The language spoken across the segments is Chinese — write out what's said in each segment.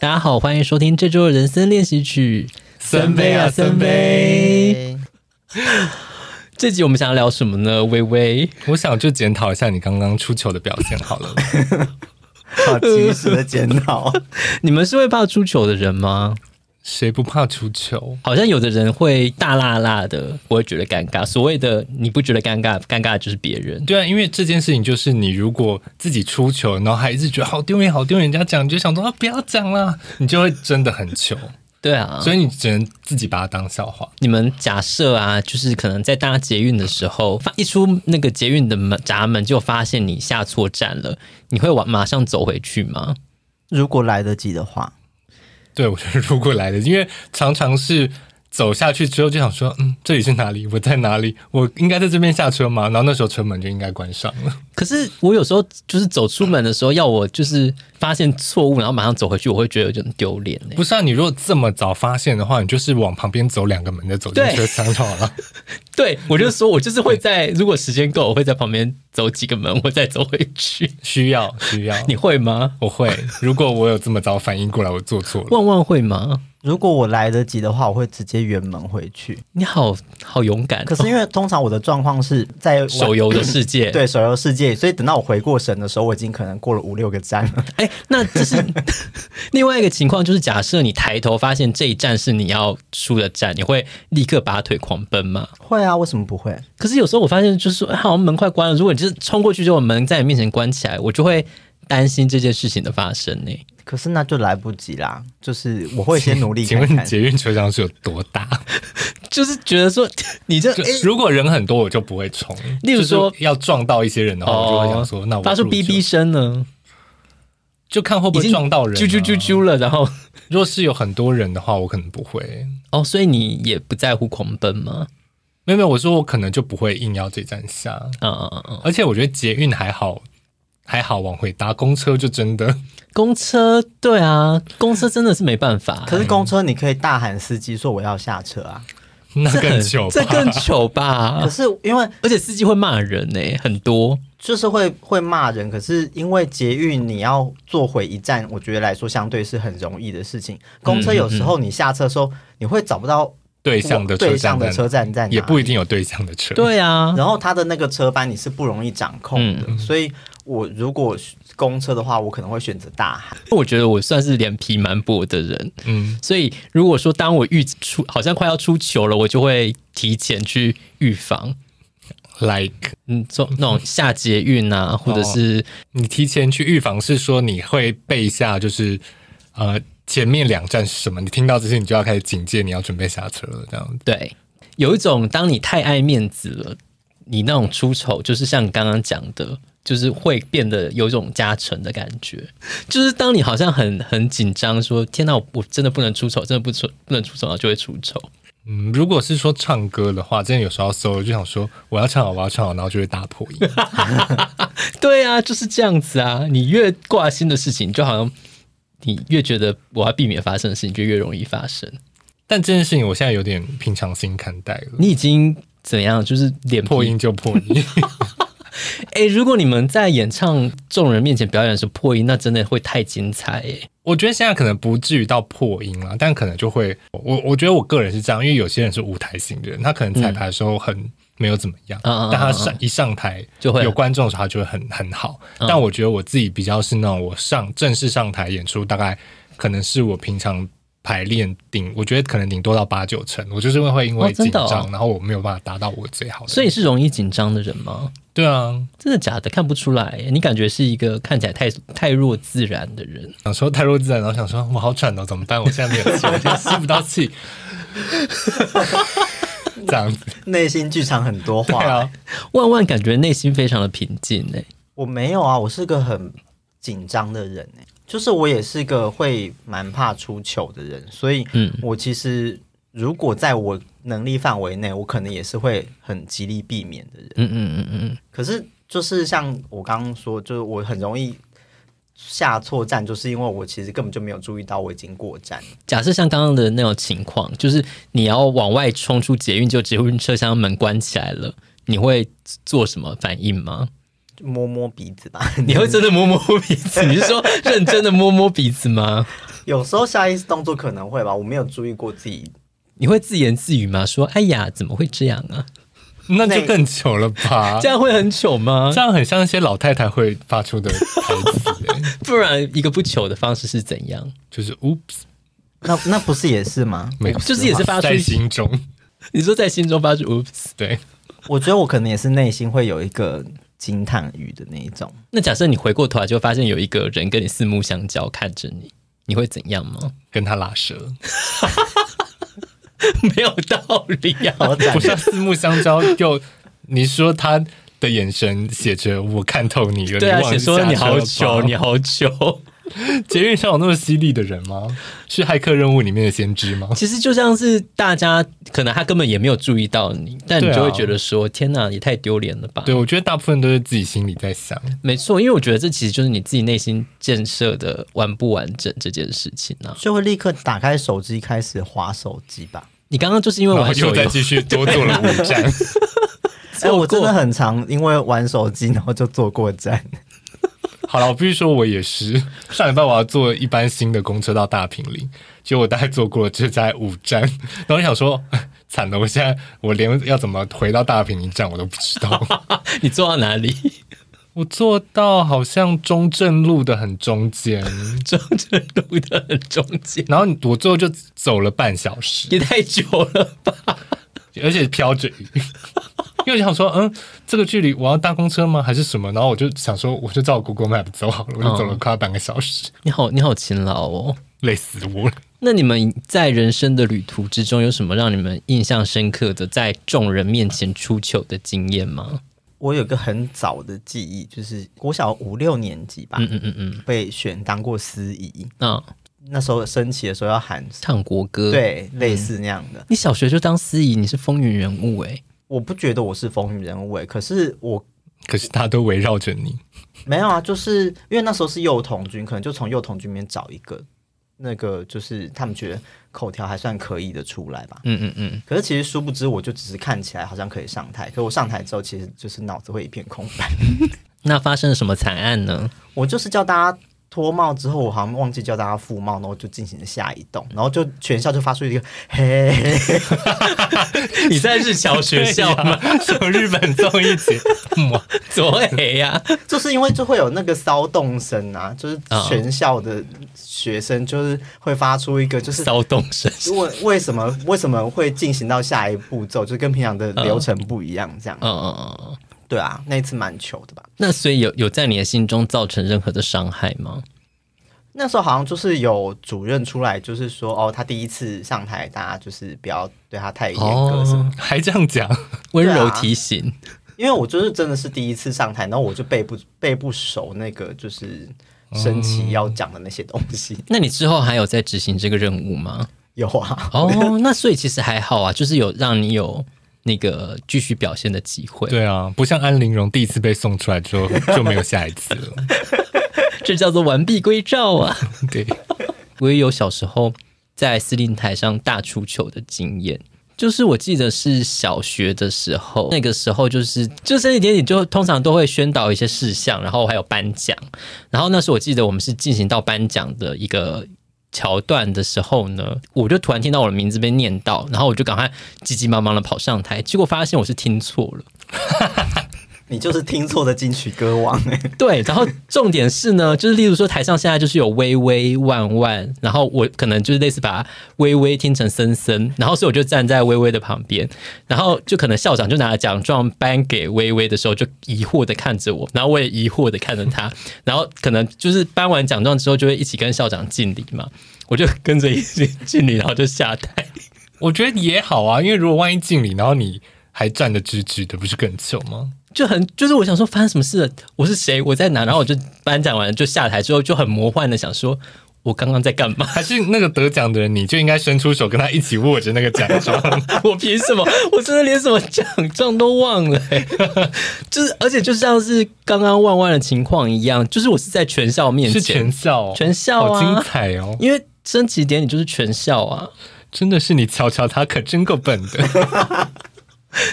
大家好，欢迎收听这周的人生练习曲。森杯啊森杯！这集我们想要聊什么呢？微微，我想就检讨一下你刚刚出糗的表现好 了。好及时的检讨，你们是会怕出糗的人吗？谁不怕出糗？好像有的人会大辣辣的，不会觉得尴尬。所谓的你不觉得尴尬，尴尬的就是别人。对啊，因为这件事情就是你如果自己出糗，然后还一直觉得好丢脸、好丢脸，人家讲你就想说啊不要讲啦，你就会真的很糗，对啊，所以你只能自己把它当笑话。你们假设啊，就是可能在搭捷运的时候，发一出那个捷运的门闸门，就发现你下错站了，你会往马上走回去吗？如果来得及的话，对，我觉得如果来的，因为常常是走下去之后就想说，嗯，这里是哪里？我在哪里？我应该在这边下车吗？然后那时候车门就应该关上了。可是我有时候就是走出门的时候，要我就是发现错误，然后马上走回去，我会觉得有点丢脸欸呢。不是啊，你如果这么早发现的话，你就是往旁边走两个门再走进对车厢就好 了。对，我就说我就是会在，如果时间够，我会在旁边走几个门，我再走回去。需要，需要。你会吗？我会，如果我有这么早反应过来，我做错了。旺旺会吗？如果我来得及的话，我会直接圆门回去。你好好勇敢、哦。哦可是因为通常我的状况是在玩手游的世界，， 对手游世界，所以等到我回过神的时候，我已经可能过了五六个站 了。哎、那这是另外一个情况，就是假设你抬头发现这一站是你要出的站，你会立刻拔腿狂奔吗？会啊，为什么不会？可是有时候我发现，就是说哎好像门快关了，如果你就是冲过去，结果门在你面前关起来，我就会担心这件事情的发生欸呢、可是那就来不及啦，就是我会先努力请看问看。捷运车厢是有多大？就是觉得说你这就 如果人很多，我就不会冲。哎例如说就是要撞到一些人的话，哦我就会想说，那我哦发出不如哔就哔，声呢，就看会不已会经撞到人、啊。啾啾啾啾了，然后如果是有很多人的话，我可能不会。哦，所以你也不在乎狂奔吗？没有没有，我说我可能就不会硬要这站下。嗯嗯嗯嗯，而且我觉得捷运还好，还好往回搭，公车就真的 公车对啊，公车真的是没办法，可是公车你可以大喊司机说我要下车啊，那这更很久这吧。更糗吧？可是因为而且司机会骂人呢、很多。就是会会骂人，可是因为捷运你要坐回一站，我觉得来说相对是很容易的事情。公车有时候你下车的时候，你会找不到嗯对向的车对站向的车站在哪里也不一定有对向的车。对啊，然后它的那个车班你是不容易掌控嗯的，所以我如果公车的话，我可能会选择大喊。我觉得我算是脸皮蛮薄的人，嗯，所以如果说当我预出好像快要出糗了，我就会提前去预防。 ，like。嗯，做那种下捷运啊，或者是你提前去预防是说你会背一下，就是呃前面两站是什么？你听到这些，你就要开始警戒，你要准备下车了。这样对，有一种当你太爱面子了，你那种出丑，就是像你刚刚讲的，就是会变得有一种加成的感觉。就是当你好像很很紧张，说天哪，我我真的不能出丑，真的不出不能出丑，然后就会出丑。嗯，如果是说唱歌的话，之前有时候搜就想说我要唱好，我要唱好，然后就会大破音。 对啊，就是这样子啊。你越挂心的事情，就好像你越觉得我要避免发生的事情，就越容易发生。但这件事情我现在有点平常心看待了，你已经怎样？就是脸皮破音。就破音。哎、如果你们在演唱众人面前表演的时候破音，那真的会太精彩哎、我觉得现在可能不至于到破音了，但可能就会我我觉得我个人是这样，因为有些人是舞台型的人，他可能彩排的时候很没有怎么样，嗯嗯嗯但他嗯上一上台就会嗯有观众的时候，他就会很很好。但我觉得我自己比较是那种，我上正式上台演出，大概可能是我平常排练顶，我觉得可能顶多到八九成，我就是会会因哦为真紧的哦张，然后我没有办法达到我最好的。所以是容易紧张的人吗？对啊，真的假的？看不出来欸、你感觉是一个看起来太太弱自然的人。想说太弱自然，然后想说我好喘哦，怎么办？我现在没有气，我现在吸不 到气，这样子。内心剧场很多话、对啊，万万感觉内心非常的平静哎、我没有啊，我是个很紧张的人哎、就是我也是个会蛮怕出糗的人，所以嗯我其实如果在我能力范围内，我可能也是会很极力避免的人。嗯嗯嗯嗯嗯，可是就是像我刚刚说，就是我很容易下错站，就是因为我其实根本就没有注意到我已经过站了。假设像刚刚的那种情况，就是你要往外冲出捷运，就捷运车厢门关起来了，你会做什么反应 吗？就摸摸鼻子吧， 你会真的摸摸鼻子？你是说认真的摸摸鼻子吗？有时候下意识动作可能会吧，我没有注意过自己。你会自言自语吗？说哎呀，怎么会这样啊？那就更糗了吧？这样会很糗吗？这样很像一些老太太会发出的台词、欸，不然一个不糗的方式是怎样？就是 “oops”，那那不是也是吗？没有，就是也是发出在心中。你说在心中发出 “oops”，对，我觉得我可能也是内心会有一个惊叹语的那一种。那假设你回过头来就发现有一个人跟你四目相交看着你，你会怎样 吗？跟他 拉舌，没有道理啊呀、好不感像四目相交，又你说他的眼神写着“我看透你了”，对啊，你忘了写说下你车好吧糗，你好糗。捷运上有那么犀利的人吗？是骇客任务里面的先知吗？其实就像是大家可能他根本也没有注意到你，但你对啊就会觉得说：“天哪，也太丢脸了吧对，我觉得大部分都是自己心里在想。！”没错，因为我觉得这其实就是你自己内心建设的完不完整这件事情啊。就会立刻打开手机开始划手机吧。你刚刚就是因为然后玩手又再游，继续多做了五站，哎、过我真的很常因为玩手机，然后就坐过站。 好了，我必须说，我也是上礼拜我要坐一班新的公车到大坪林，结果我大概坐过了只在五站， 然后我想说，惨了，我现在我连要怎么回到大坪林站我都不知道。 你坐到哪里？ 我坐到好像中正路的很中间，中正路的很中间，然后我最后就走了半小时，也太久了吧？而且飘着 雨。因为我想说，嗯，这个距离我要搭公车吗？还是什么？然后我就想说，我就照 Google Map 走好了，我就走了快半个小时，你好，你好勤劳哦。累死我了。那你们在人生的旅途之中，有什么让你们印象深刻的在众人面前出糗的经验吗？我有个很早的记忆，就是国小五六年级吧，嗯嗯嗯嗯，被选当过司仪。那、那时候升旗的时候要喊，唱国歌，，对，嗯类似那样的。你小学就当司仪，你是风云人物哎、我不觉得我是风云人物、欸，可是我 可是大家都围绕着你，没有啊，就是因为那时候是幼童军，可能就从幼童军里面找一个那个，就是他们觉得口条还算可以的出来吧。嗯嗯嗯，可是其实殊不知，我就只是看起来好像可以上台，可我上台之后，其实就是脑子会一片空白。那发生了什么惨案呢？我就是叫大家脱帽之后，我好像忘记叫大家覆帽，然后就进行下一动，然后就全校就发出一个嘿嘿嘿， 你在日侨学校 吗？对呀？什么日本综 艺节目啊？左黑呀、就是因为就会有那个骚动声啊，就是全校的学生就是会发出一个就是骚动声，如果为什么为什么会进行到下一步骤，就跟平常的流程不一样，这样、嗯嗯嗯嗯。对啊，那一次蛮糗的吧？那所以有有在你的心中造成任何的伤害吗？那时候好像就是有主任出来，就是说哦，他第一次上台，大家就是不要对他太严格什么。哦， 还这样讲？温柔提醒，因为我就是真的是第一次上台，然后我就背不 背不熟那个就是升旗要讲的那些东西。那你之后还有在执行这个任务吗？有啊， 哦，那所以其实还好啊，就是有让你有那个继续表现的机会。，对啊，不像安陵容第一次被送出来之后就没有下一次 了。这叫做完璧归赵啊。对，我也有小时候在司令台上大出糗的经验。就是我记得是小学的时候，那个时候就是就升旗典礼，就通常都会宣导一些事项，然后还有颁奖。然后那时候我记得我们是进行到颁奖的一个桥段的时候呢，我就突然听到我的名字被念到，然后我就赶快急急忙忙的跑上台，结果发现我是听错了。你就是听错的金曲歌王、欸，对，然后重点是呢，就是例如说台上现在就是有微微万万，然后我可能就是类似把微微听成森森，然后所以我就站在微微的旁边，然后就可能校长就拿奖状颁给微微的时候，就疑惑的看着我，然后我也疑惑的看着他，然后可能就是颁完奖状之后就会一起跟校长敬礼嘛，我就跟着一起敬礼，然后就下台。我觉得也好啊，因为如果万一敬礼，然后你还站得直直的，不是更糗吗？就很就是我想说发生什么事了，我是谁，我在哪，然后我就颁奖完就下台之后就很魔幻的想说，我刚刚在干嘛？还是那个得奖的人，你就应该伸出手跟他一起握着那个奖 状。 我凭什么？我真的连什么奖状都忘了、欸， 就是而且就像是刚刚万万的情况一样，就是我是在全校面是前，全校哦、全校好精啊，彩哦！因为升旗典礼就是全校啊，真的是你瞧瞧他，可真够笨 的。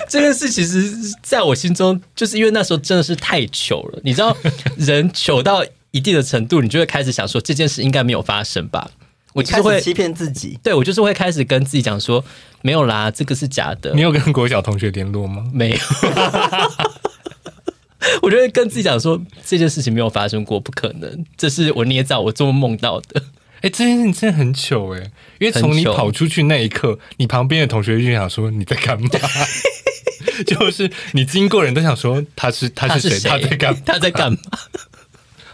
这件事其实在我心中，就是因为那时候真的是太糗了， 你知道，人糗到一定的程度，你就会开始想说这件事应该没有发生吧。我就是开会始欺骗自己。对我就是会开始跟自己讲说，没有啦，这个是假的，你有跟国小同学联络吗？没有。 我就会跟自己讲说，这件事情没有发生过，不可能，这是我捏造，我做梦梦到的。哎、这件事情真的很糗哎、因为从很你糗跑出去那一刻，你旁边的同学就想说你在 干嘛？就是你经过人都想说他是 他他是是谁？谁？他在干嘛？他在干嘛？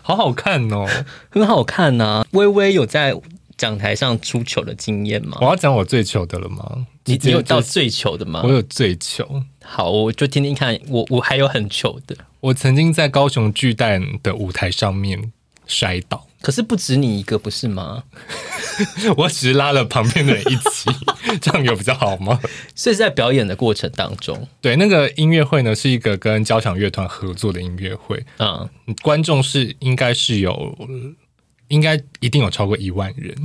好好看哦！很好看呐、微微有在讲台上出糗的经验吗我？要讲我最糗的了吗？你直你接有到就是最糗的吗我？有最糗。好，我就听听看，我我还有很糗的，我曾经在高雄巨蛋的舞台上面摔倒， 可是不止你一个，不是吗？我只是拉了旁边的人一 起，这样有比较好吗？所以是在表演的过程当中，对，那个音乐会呢是一个跟交响乐团合作的音乐会，嗯，观众是应该是有，应该一定有超过一万人。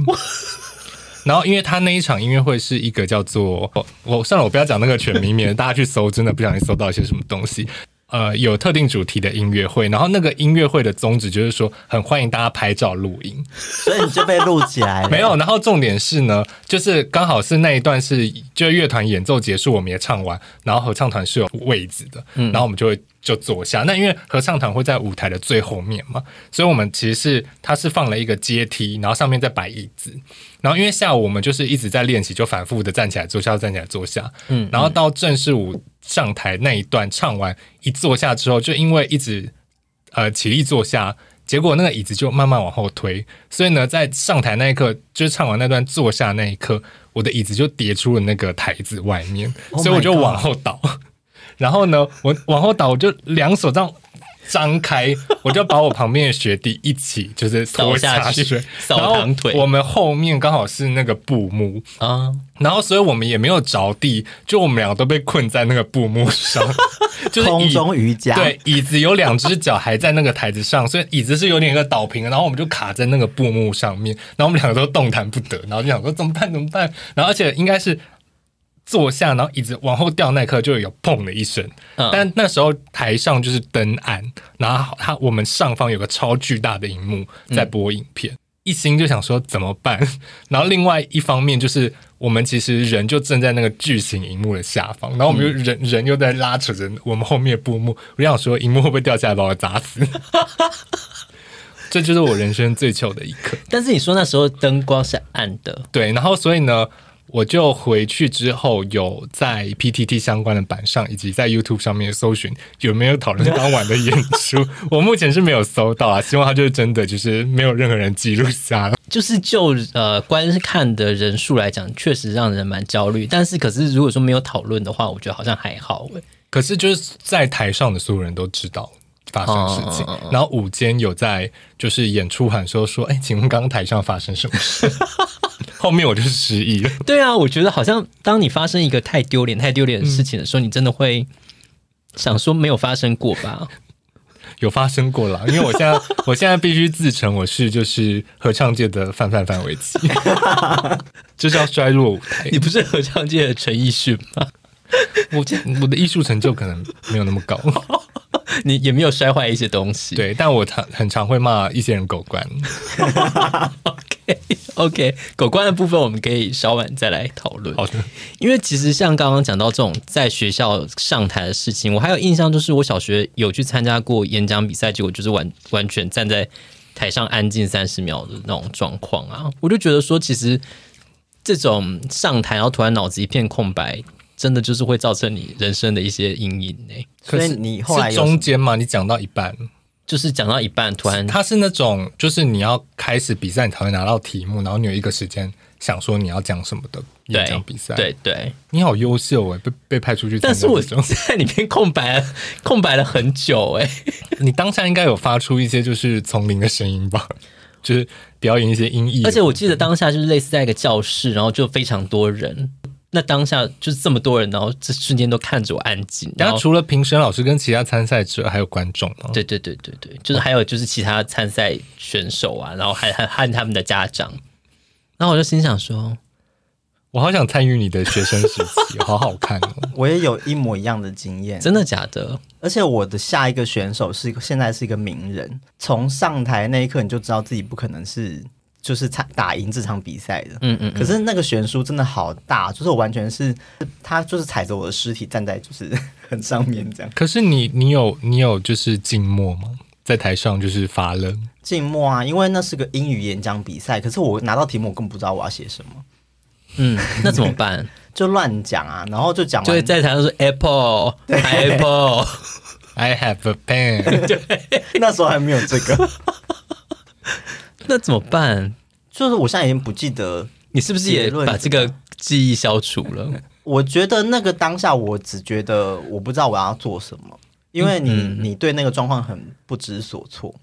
然后，因为他那一场音乐会是一个叫做……哦我算了，我不要讲那个全名，免得大家去搜，真的不小心搜到一些什么东西。呃，有特定主题的音乐会，然后那个音乐会的宗旨就是说，很欢迎大家拍照录影。所以你就被录起来 了。没有，然后重点是呢，就是刚好是那一段是，就乐团演奏结束，我们也唱完，然后合唱团是有位置的，然后我们就会就坐下。那因为合唱团会在舞台的最后面嘛，所以我们其实是它是放了一个阶梯，然后上面再摆椅子。然后因为下午我们就是一直在练习，就反复的站起来坐下，站起来坐下，嗯，然后到正式舞上台那一段唱完一坐下之后，就因为一直呃起立坐下，结果那个椅子就慢慢往后推，所以呢，在上台那一刻，就是唱完那段坐下那一刻，我的椅子就跌出了那个台子外面， Oh 所以我 my 就 God 往后倒。然后呢，我往后倒，我就两手这样张开，我就把我旁边的学弟一起 就是拖扫下去水，扫然后堂腿我们后面刚好是那个布幕，啊，然后，所以我们也没有着地，就我们两个都被困在那个布幕 上，就是椅空中瑜伽，对，椅子有两只脚还在那个台子上，所以椅子是有点一个倒平的，然后我们就卡在那个布幕上面，然后我们两个都动弹不得，然后就想说怎么办怎么办，然后而且应该是坐下，然后椅子往后掉那一刻就有砰的一声，嗯但那时候台上就是灯暗，然后它我们上方有个超巨大的荧幕在播影片。一心就想说怎么办， 然后另外一方面就是我们其实人就正在那个巨型荧幕的下方，然后我们就人、人又在拉扯着我们后面的布幕，我就想说荧幕会不会掉下来把我砸死？ 这就是我人生最糗的一刻。但是你说那时候灯光是暗的，对，然后所以呢，我就回去之后有在 PTT 相关的版上，以及在 YouTube 上面搜寻有没有讨论当晚的演出。我目前是没有搜到啊，希望它就是真的，就是没有任何人记录下来。就是就呃观看的人数来讲，确实让人蛮焦虑。但是可是如果说没有讨论的话，我觉得好像还好欸诶、可是就是在台上的所有人都知道。发生的事嗯情，哦然后午间有在就是演出喊说说，哎，请问刚刚台上发生什么事？ 后面我就失忆了。对啊，我觉得好像当你发生一个太丢脸、太丢脸的事情的时候，你真的会想说没有发生过吧？有发生过啦，因为我现 在我现在必须自称我是就是合唱界的范范范玮琪， 就是要衰落舞台。 你不是合唱界的陈奕迅吗？我我的艺术成就可能没有那么 高，你 也没有摔坏一些东西。对，但我常很常会骂一些人狗官。 ，OK，狗官的部分我们可以稍晚再来讨论。好的，因为其实像刚刚讲到这种在学校上台的事情，我还有印象，就是我小学有去参加过演讲比赛，结果就是完完全站在台上安静三十秒的那种状况啊，我就觉得说，其实这种上台然后突然脑子一片空白，真的就是会造成你人生的一些阴影欸呢、所以你后来是有中间嘛，你讲到一半，就是讲到一半突然它是那种就是你要开始比赛，你才会拿到题目，然后你有一个时间想说你要讲什么的演对讲比赛。，对对，你好优秀哎，被被派出去参但是加我这种。在里面空白了空白了很久哎、 你当下应该有发出一些就是丛林的声音吧， 就是表演一些音译。而且我记得当下就是类似在一个教室，然后就非常多人。那当下就是这么多人，然后这瞬间都看着我安静。然然后后，除了评审老师跟其他参赛者，还有观众吗？对对对对对，就是还有就是其他参赛选手啊，然后还还和他们的家长。然后我就心想说，我好想参与你的学生时期，好好看哦。 我也有一模一样的经验。真的假的？而且我的下一个选手是一个现在是一个名人，从上台那一刻你就知道自己不可能是就是参打赢这场比赛的。嗯嗯，可是那个悬殊真的好大，就是我完全是他就是踩着我的尸体站在就是 很上面这样。可是你你有你有就是静默吗？在台上就是发愣，静默啊，因为那是个英语演讲比赛，可是我拿到题目我根本不知道我要写什么，嗯，那怎么办？就乱讲啊，然后就讲就会完，在台上说 Apple Apple， I have a pen，那时候还没有这个， 那怎么办？就是我现在已经不记得。你是不是也结论把这个记忆消除了？我觉得那个当下，我只觉得我不知道我要做什么，因为你、嗯你对那个状况很不知所措，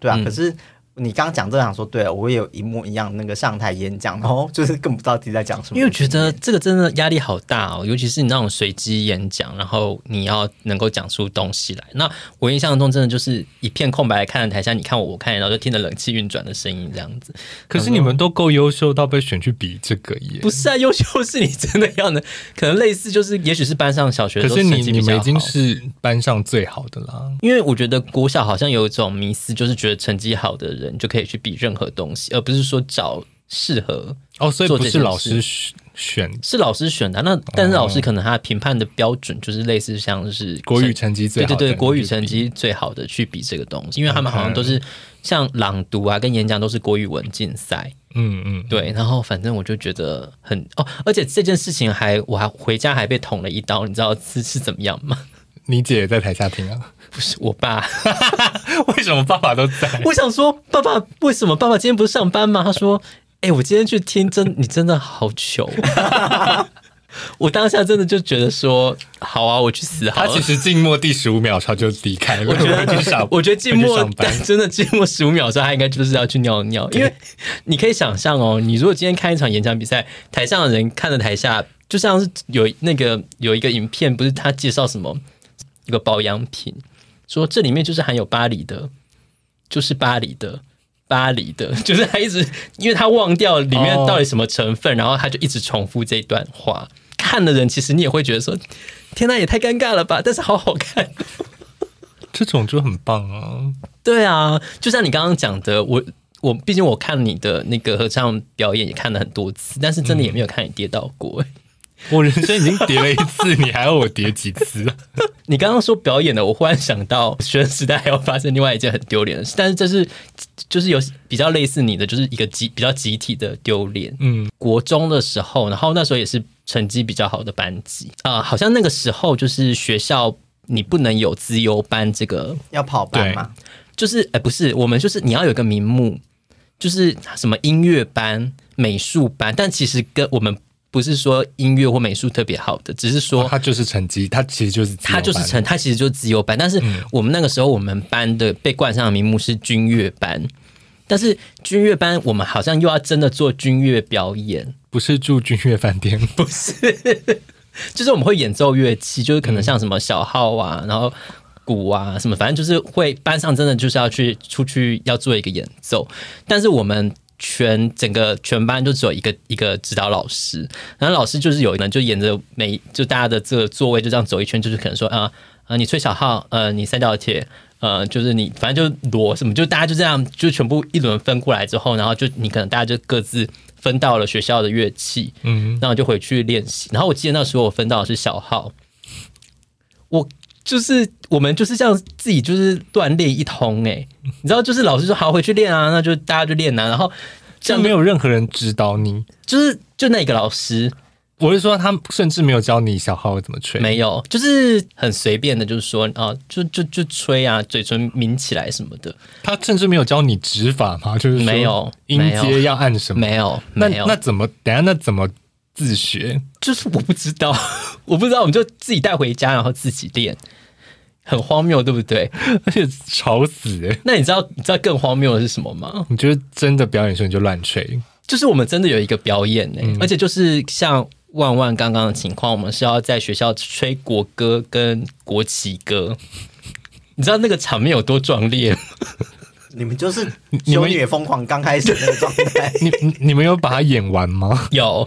对啊。嗯可是你刚刚讲这场说，对、啊、我也有一模一样那个上台演讲，然后 就是更不知道自己在讲什么，因为我觉得这个真的压力好大哦，尤其是你那种随机演讲，然后你要能够讲出东西来。那我印象中真的就是一片空白，看着台下你看我，我看你，然后就听着冷气运转的声音这样子。可是你们都够优秀到被选去比这个耶不。是啊，优秀是你真的要能，可能类似就是，也许是班上小学的可时候是成你绩你比较们已经好是班上最好的啦，因为我觉得国小好像有一种迷思，就是觉得成绩好的人就可以去比任何东西，而不是说找适合哦，所以做不这是件老事师选选是老师选的啊。那但是老师可能他评判的标准就是类似像是国语成绩最对好的对对，人国语去比成绩最好的去比这个东西，因为他们好像都是像朗读啊跟演讲都是国语文竞赛，嗯嗯，对。然后反正我就觉得很哦，而且这件事情还我还回家还被捅了一刀，你知道是是怎么样 吗？你姐也在台下听 啊？不是我爸。为什么爸爸都在？我想说，爸爸为什么？爸爸今天不是上班吗？他 说：“哎、我今天去听真，你真的好糗。”我当下真的就觉得说：“好啊，我去死好 他了。其”实静默第十五秒他 就离开了，我觉回去上得，我觉得静回去默上 班真的静默十五秒的时候，他应该就是要去尿尿，因为你可以想象哦，你如果今天看一场演讲比赛，台上的人看着台下，就像是有那个有一个影片，不是他介绍什么一个保养品，说这里面就是含有巴黎的，就是巴黎的。巴黎的， 就是他一直，因为他忘掉里面哦到底什么成分然后他就一直重复这段话。看的人其实你也会觉得说，天呐，也太尴尬了吧！但是好好看，这种就很棒啊！对啊，就像你刚刚讲的，我我毕竟我看你的那个合唱表演也看了很多次，但是真的也没有看你跌倒过。欸我人生已经叠了一 次，你还要我叠几次啊？你刚刚说表演的，我忽然想到学生时代还要发生另外一件很丢脸的事，但是这是就是有比较类似你的，就是一个集比较集体的丢脸。嗯，国中的时候，然后那时候也是成绩比较好的班级啊、好像那个时候就是学校你不能有资优班这个要跑班嘛，就是哎、呃不是，我们就是你要有一个名目，就是什么音乐班、美术班，但其实跟我们不是说音乐或美术特别好的，只是说他就是成绩，他其实哦就是自由它就是班嗯成，它其实就是自由班。但是我们那个时候，我们班的被冠上的名目是军乐班，但是军乐班我们好像又要真的做军乐表演，不是住君悦饭店，不是就是我们会演奏乐器，就是可能像什么小号啊，然后鼓啊什么，反正就是会班上真的就是要去出去要做一个演奏，但是我们。全整个全班就只有一个一个指导老师，然后老师就是有人就沿着每就大家的这个座位就这样走一圈，就是可能说啊啊、你吹小号，呃你三角铁，呃就是你反正就锣什么，就大家就这样就全部一轮分过来之后，然后就你可能大家就各自分到了学校的乐器，嗯，然后我就回去练习。然后我记得那时候我分到的是小号，我就是我们就是这样自己就是锻炼一通哎、你知道，就是老师说好回去练啊，那就大家就练啊，然后这就样没有任何人指导你。就是就那个老师我是说，他甚至没有教你小号怎么吹，没有，就是很随便的，就是说啊，就就就吹啊，嘴唇抿起来什么的，他甚至没有教你指法嘛，就是说没有音没有阶要按什么，没有那没有，那怎么？等一下那怎么自学？ 就是我不知道， 我不知道，我们就自己带回家，然后自己练，很荒谬，对不对？ 而且吵死、欸！那你知道你知道更荒谬的是什么吗？你觉得真的表演的时候你就乱吹，就是我们真的有一个表演嗯呢、而且就是像万万刚刚的情况，我们是要在学校吹国歌跟国旗歌。 你知道那个场面有多壮烈 吗？你 们就是你修们。女也疯狂刚开始的那个状态你你你们有把它演完吗？有，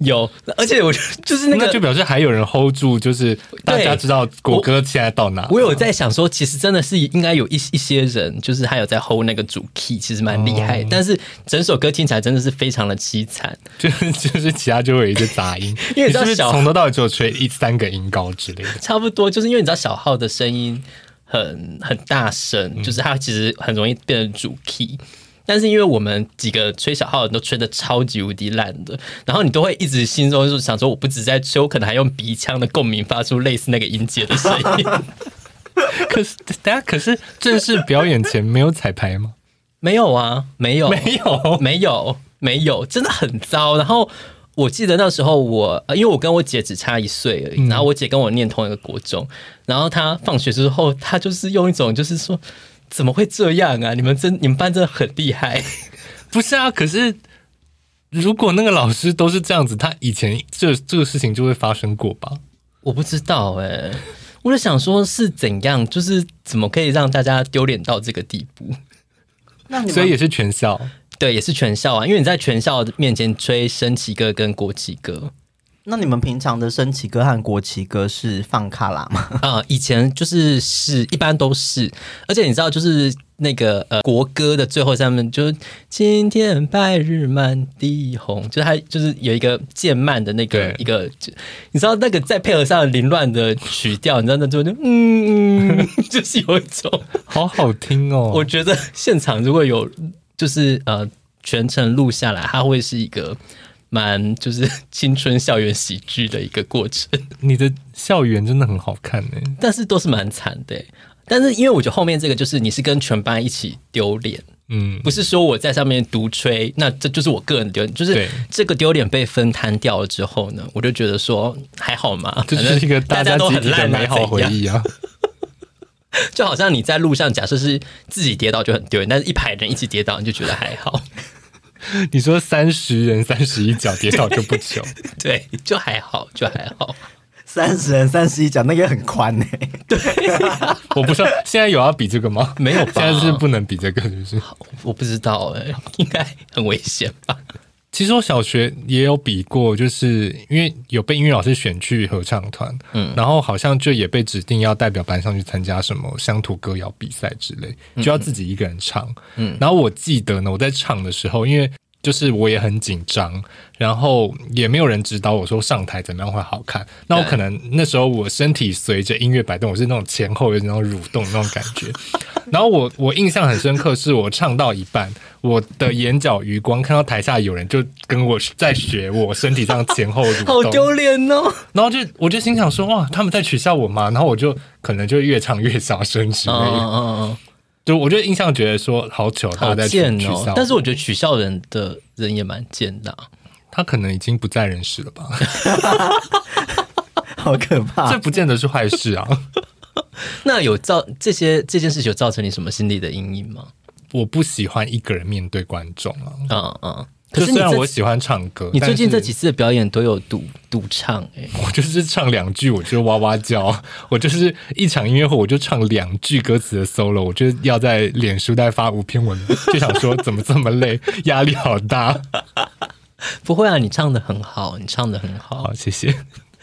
有，而且我 就是那那个就表示还有人 hold 住，就是大家对知道果哥现在到哪。我有在想说，其实真的是应该有一一些人，就是他有在 hold 那个主 key，其实蛮厉害。哦但是整首歌听起来真的是非常的凄惨。 就是就是其他就会有一些杂音，因为 你你知是道不是小从头到尾只有吹一三个音高之类 的？差不多，就是因为你知道小号的声音很很大声，就是它其实很容易变成主 key。但是因为我们几个吹小号的人都吹的超级无敌烂的，然后你都会一直心中就是想说，我不止在吹，我可能还用鼻腔的共鸣发出类似那个音阶的声 音。可是大家可是正式表演前没有彩排吗？没有啊，没有，没有，没有，没有，真的很糟。然后我记得那时候我，呃因为我跟我姐只差一岁而已，然后我姐跟我念同一个国中，然后她放学之后，她就是用一种就是说。怎么会这样啊？你们真，你们班真的很厉害。 不是啊。可是如果那个老师都是这样子，他以前这这个事情就会发生过吧？我不知道哎、我就想说是怎样，就是怎么可以让大家丢脸到这个地步？那你所以们也是全校。对，也是全校啊，因为你在全校面前吹升旗歌跟国旗歌，那你们平常的升旗歌和国旗歌是放卡拉吗？ 啊、以前就是是一般都是，而且你知道，就是那个呃国歌的最后上面就是“今天白日满地红”，就是它就是有一个渐慢的那个对一个，就你知道那个再配合上凌乱的曲调，你知道那就就嗯， 嗯就是有一种，好好听哦！我觉得现场如果有就是呃全程录下来，它会是一个蛮就是 青春校园喜剧的一个过程。你的校园真的很好看呢、但是都是蛮惨的欸、但是因为我觉得后面这个就是你是跟全班一起丢脸，嗯，不是说我在上面独吹，那这就是我个人丢脸，就是对这个丢脸被分摊掉了之后呢，我就觉得说还好嘛，这反就是一正个大家都集很体的烂啊美好回，怎样忆啊！就好像你在路上假设是自己跌倒就很丢脸，但是一排人一起跌倒你就觉得还好， 你说三十人三十一脚跌倒就不久，对，就还好，就还好。三十人三十一讲那个很宽欸呢、我不知道现在有要比这个吗？没有吧现在是不能比这个，就是。我不知道哎、应该很危险吧？其实我小学也有比过，就是因为有被音乐老师选去合唱团，嗯，然后好像就也被指定要代表班上去参加什么乡土歌谣比赛之类，就要自己一个人唱。嗯，然后我记得呢，我在唱的时候，因为就是我也很紧张，然后也没有人指导我说上台怎么样会好看。那我可能那时候我身体随着音乐摆动，我是那种前后有那种蠕动的那种感觉。然后我我印象很深刻，是我唱到一半，我的眼角余光看到台下有人就跟我在学我身体上前后蠕动，好丢脸哦！然后就我就心想说哇，他们在取笑我吗？然后我就可能就越唱越小声之嗯类的，嗯嗯嗯。就我就印象觉得说好糗，他好们在取贱取哦笑！但是我觉得取笑人的人也蛮贱的啊、他可能已经不在人世了吧？ 好可啊怕这！不见得是坏事啊。那有造这些这件事情有造成你什么心理的阴影吗？我不喜欢一个人面对观众啊。嗯嗯。可就是你虽然这我喜欢唱歌，你最近这但是几次的表演都有独独唱哎、我就是唱两句我就哇哇叫，我就是一场音乐会我就唱两句歌词的 solo，我就要在脸书再发五篇文，就想说怎么这么累，压力好大。不会啊，你唱的很好，你唱的很好好，。谢谢。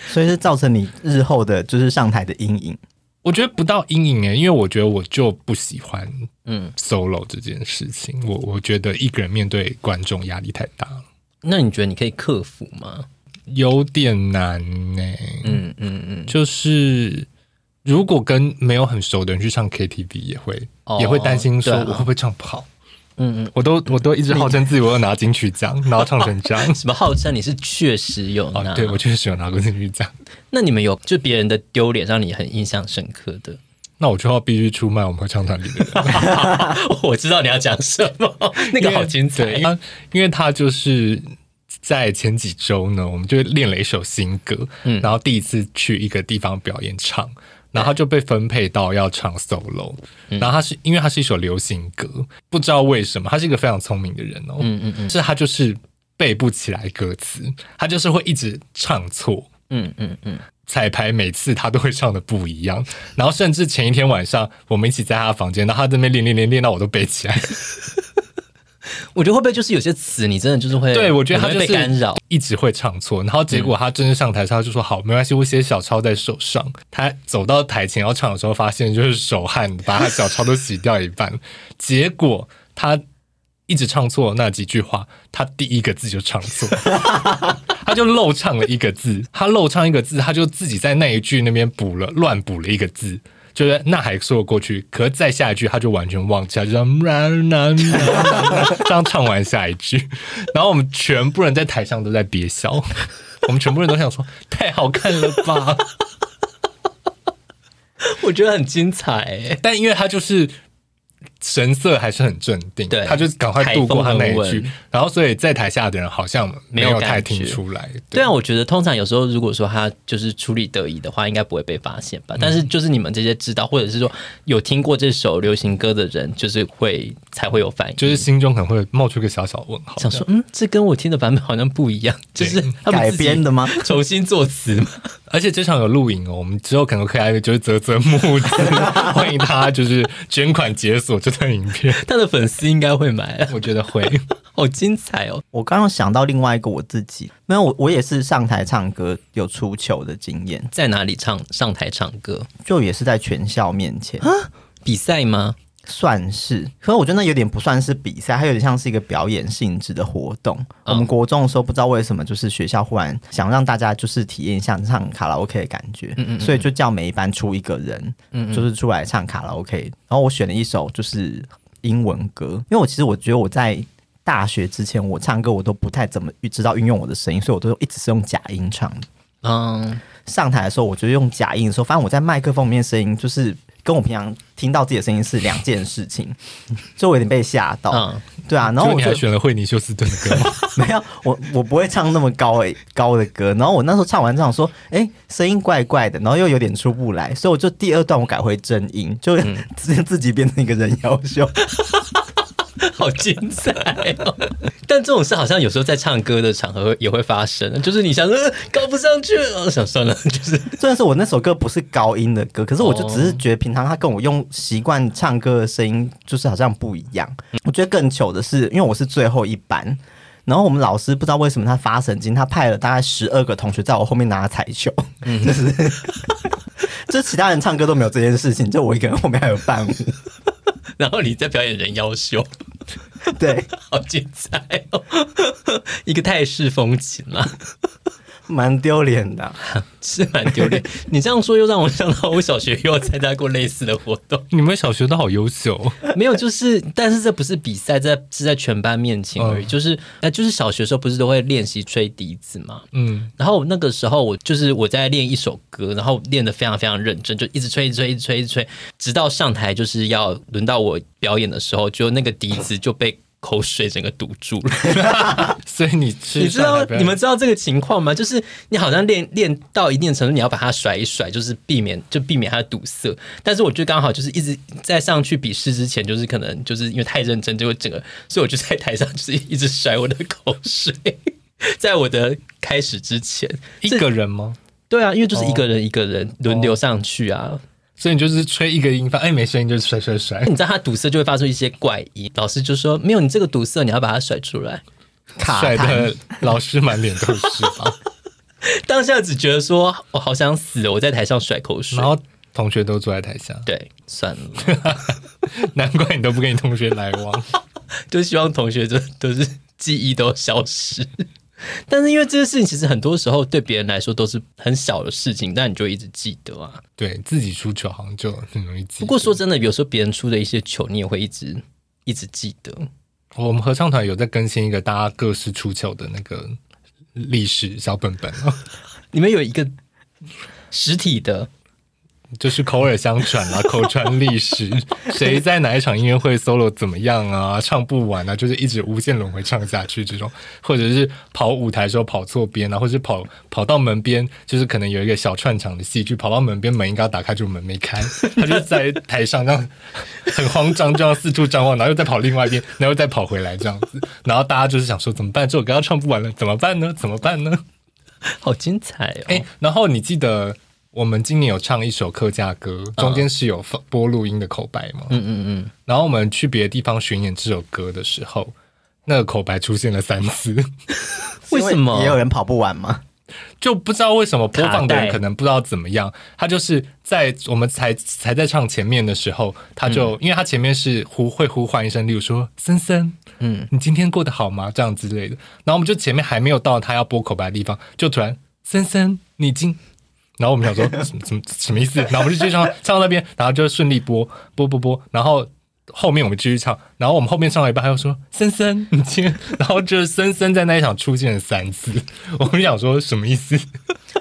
所以是造成你日后的就是上台的阴影。我觉得不到阴影诶、欸因为我觉得我就不喜欢嗯， solo 这件事情，我我觉得一个人面对观众压力太大了，那你觉得你可以克服吗？有点难呢、嗯嗯嗯，就是如果跟没有很熟的人去唱 KTV，也会、哦也会担心说对啊我会不会唱不好。嗯。嗯，我都我都一直号称自己我有拿金曲奖，然后唱成这 样什么号称你是确实有哦拿？，对，我确实有拿过金曲奖。那你们有就别人的丢脸让你很印象深刻的？ 那我就要必须出卖我们合唱团里的人，我知道你要讲什么，那个好精彩。因为 对因为他就是在前几周呢，我们就练了一首新歌，嗯然后第一次去一个地方表演唱，然后他就被分配到要唱 solo，、嗯然后他是因为他是一首流行歌，不知道为什么他是一个非常聪明的人哦，嗯嗯嗯是他就是背不起来歌词，他就是会一直唱错。嗯嗯嗯，彩排每次他都会唱的不一样， 然后甚至前一天晚上我们一起在他的房间，然后他这边练练练练到我都背起来，我觉得会不会就是有些词你真的就是会对，我觉得他很就容易是被干 扰，一直会唱错。然后结果他真正上台，他就说好，没关系，我写小抄在手上。他走到台前要唱的时候，发现就是手汗把他小抄都洗掉一半。结果他一直唱错那几句话，他第一个字就唱错，他就漏唱了一个字。他漏唱一个字，他就自己在那一句那边补了乱补了一个字。就是那还说得过去，可是再下一句他就完全忘记，他就这样这样唱完下一句，然后我们全部人在台上都在憋笑，我们全部人都想说太好看了吧，我觉得很精彩欸。但因为他就是神色还是很镇定，对他就赶快度过他那一台风很句稳，然后所以在台下的人好像没没有有感太觉听出来，对啊，我觉得通常有时候如果说他就是处理得宜的话，应该不会被发现吧。但是就是你们这些知道或者是说有听过这首流行歌的人，就是会才会有反应，就是心中可能会冒出个小小问号，想说，嗯，这跟我听的版本好像不一样，就是他们改自己编的吗？重新作词嘛。 而且这场有录影哦，我们之后可能可以来就是泽泽募资，欢迎他就是捐款解锁这段影片，他的粉丝应该会买啊， 我觉得会。好精彩哦！我刚刚想到另外一个我自己，没有我我也是上台唱歌有出糗的经验，在哪里唱上台唱歌？就也是在全校面前比赛吗？算是，可是我觉得那有点不算是比赛，它有点像是一个表演性质的活动。我们国中的时候不知道为什么，就是学校忽然想让大家就是体验一下唱卡拉 OK 的感觉，所以就叫每一班出一个人，就是出来唱卡拉 OK。然后我选了一首就是英文歌，因为我其实我觉得我在。大学之前，我唱歌我都不太怎么知道运用我的声音，所以我都一直是用假音唱的。嗯，上台的时候，我就用假音的时候，发现我在麦克风里面声音就是跟我平常听到自己的声音是两件事情，所以我有点被吓到。嗯对啊，然结后果我你 就还选了惠尼休斯顿的歌吗？没有我我不会唱那么高诶、高的歌，然后我那时候唱完这样说，诶，声音怪怪的，然后又有点出不来，所以我就第二段我改回真音，就 自自己变成一个人妖秀。好精彩哦！ 但这种事好像有时候在唱歌的场合也会发生，就是你想说呃高不上去，呃想算了， 就是虽然说我那首歌不是高音的歌，可是我就哦只是觉得平常他跟我用习惯唱歌的声音，就是好像不一样。我觉得更糗的是，因为我是最后一班，然后我们老师不知道为什么他发神经，他派了大概十二个同学在我后面拿彩球， 就是就其他人唱歌都没有这件事情，就我一个人后面还有伴舞。然后你在表演人妖秀， 对，好精彩哦！ 一个泰式风情啦，蛮丢脸的啊、是蛮丢脸。你这样说又让我想到我小学也有参加过类似的活动，你们小学都好优秀哦， 没有，就是但是这不是比赛，在是在全班面前而已。就是呃，就是小学的时候不是都会练习吹笛子嘛，嗯，然后那个时候我就是我在练一首歌，然后练得非常非常认真，就一直吹，一直吹，一直吹，一直吹，直到上台就是要轮到我表演的时候，就那个笛子就被口水整个堵住了。所以你吃你知上道海表演你们知道这个情况吗？就是你好像练练到一定程度，你要把它甩一甩，就是避免就避免它的堵塞。但是我就刚好就是一直在上去比试之前，就是可能就是因为太认真，就会整个，所以我就在台上就是一直甩我的口水， 在我的开始之前，一个人吗？对啊，因为就是一个人一个人轮流上去啊。所以你就是吹一个音发，哎，没声音就哎甩甩甩。你知道他堵塞就会发出一些怪音，老师就说没有，你这个堵塞你要把它甩出来。卡甩痰的老师满脸都是 吧，当下只觉得说我好想死哦，我在台上甩口水然。后同学都坐在台下，对，算了，难怪你都不跟你同学来往。就希望同学就都是记忆都消失。但是因为这些事情，其实很多时候对别人来说都是很小的事情，但你就一直记得啊。对自己出糗好像就很容易记。不过说真的，有时候别人出的一些糗，你也会一直一直记得。哦我们合唱团有在更新一个大家各式出糗的那个历史小本哦本，你们有一个实体的，就是口耳相传啊，口传历史，谁在哪一场音乐会 solo 怎么样啊，唱不完啊，就是一直无限轮回唱下去这种，或者是跑舞台的时候跑错边啊，或者是跑跑到门边，就是可能有一个小串场的戏剧，跑到门边门应该要打开，就门没开，他就在台上这样很慌张，这样四处张望，然后又再跑另外一边，然后又再跑回来这样子，然后大家就是想说怎么办？这首歌要唱不完了，怎么办呢？怎么办呢？好精彩哦！哎、然后你记得我们今年有唱一首客家歌，嗯中间是有放播录音的口白吗？嗯嗯嗯。然后我们去别的地方巡演这首歌的时候，那个口白出现了三次， 为什么因也有人跑不完吗？就不知道为什么播放的卡带人可能不知道怎么样，他就是在我们才才在唱前面的时候，他就、因为他前面是呼会呼唤一声，例如说森森，嗯，你今天过得好吗？这样之类的。然后我们就前面还没有到他要播口白的地方，就突然森森，你今。然后我们想说什么什么什么意思？然后我们就继续唱唱到那边，然后就顺利播播播播，然后后面我们继续唱，然后我们后面唱到一半，他又说森森，你今天， 然后就是森森在那一场出现了三次，我们想说什么意思？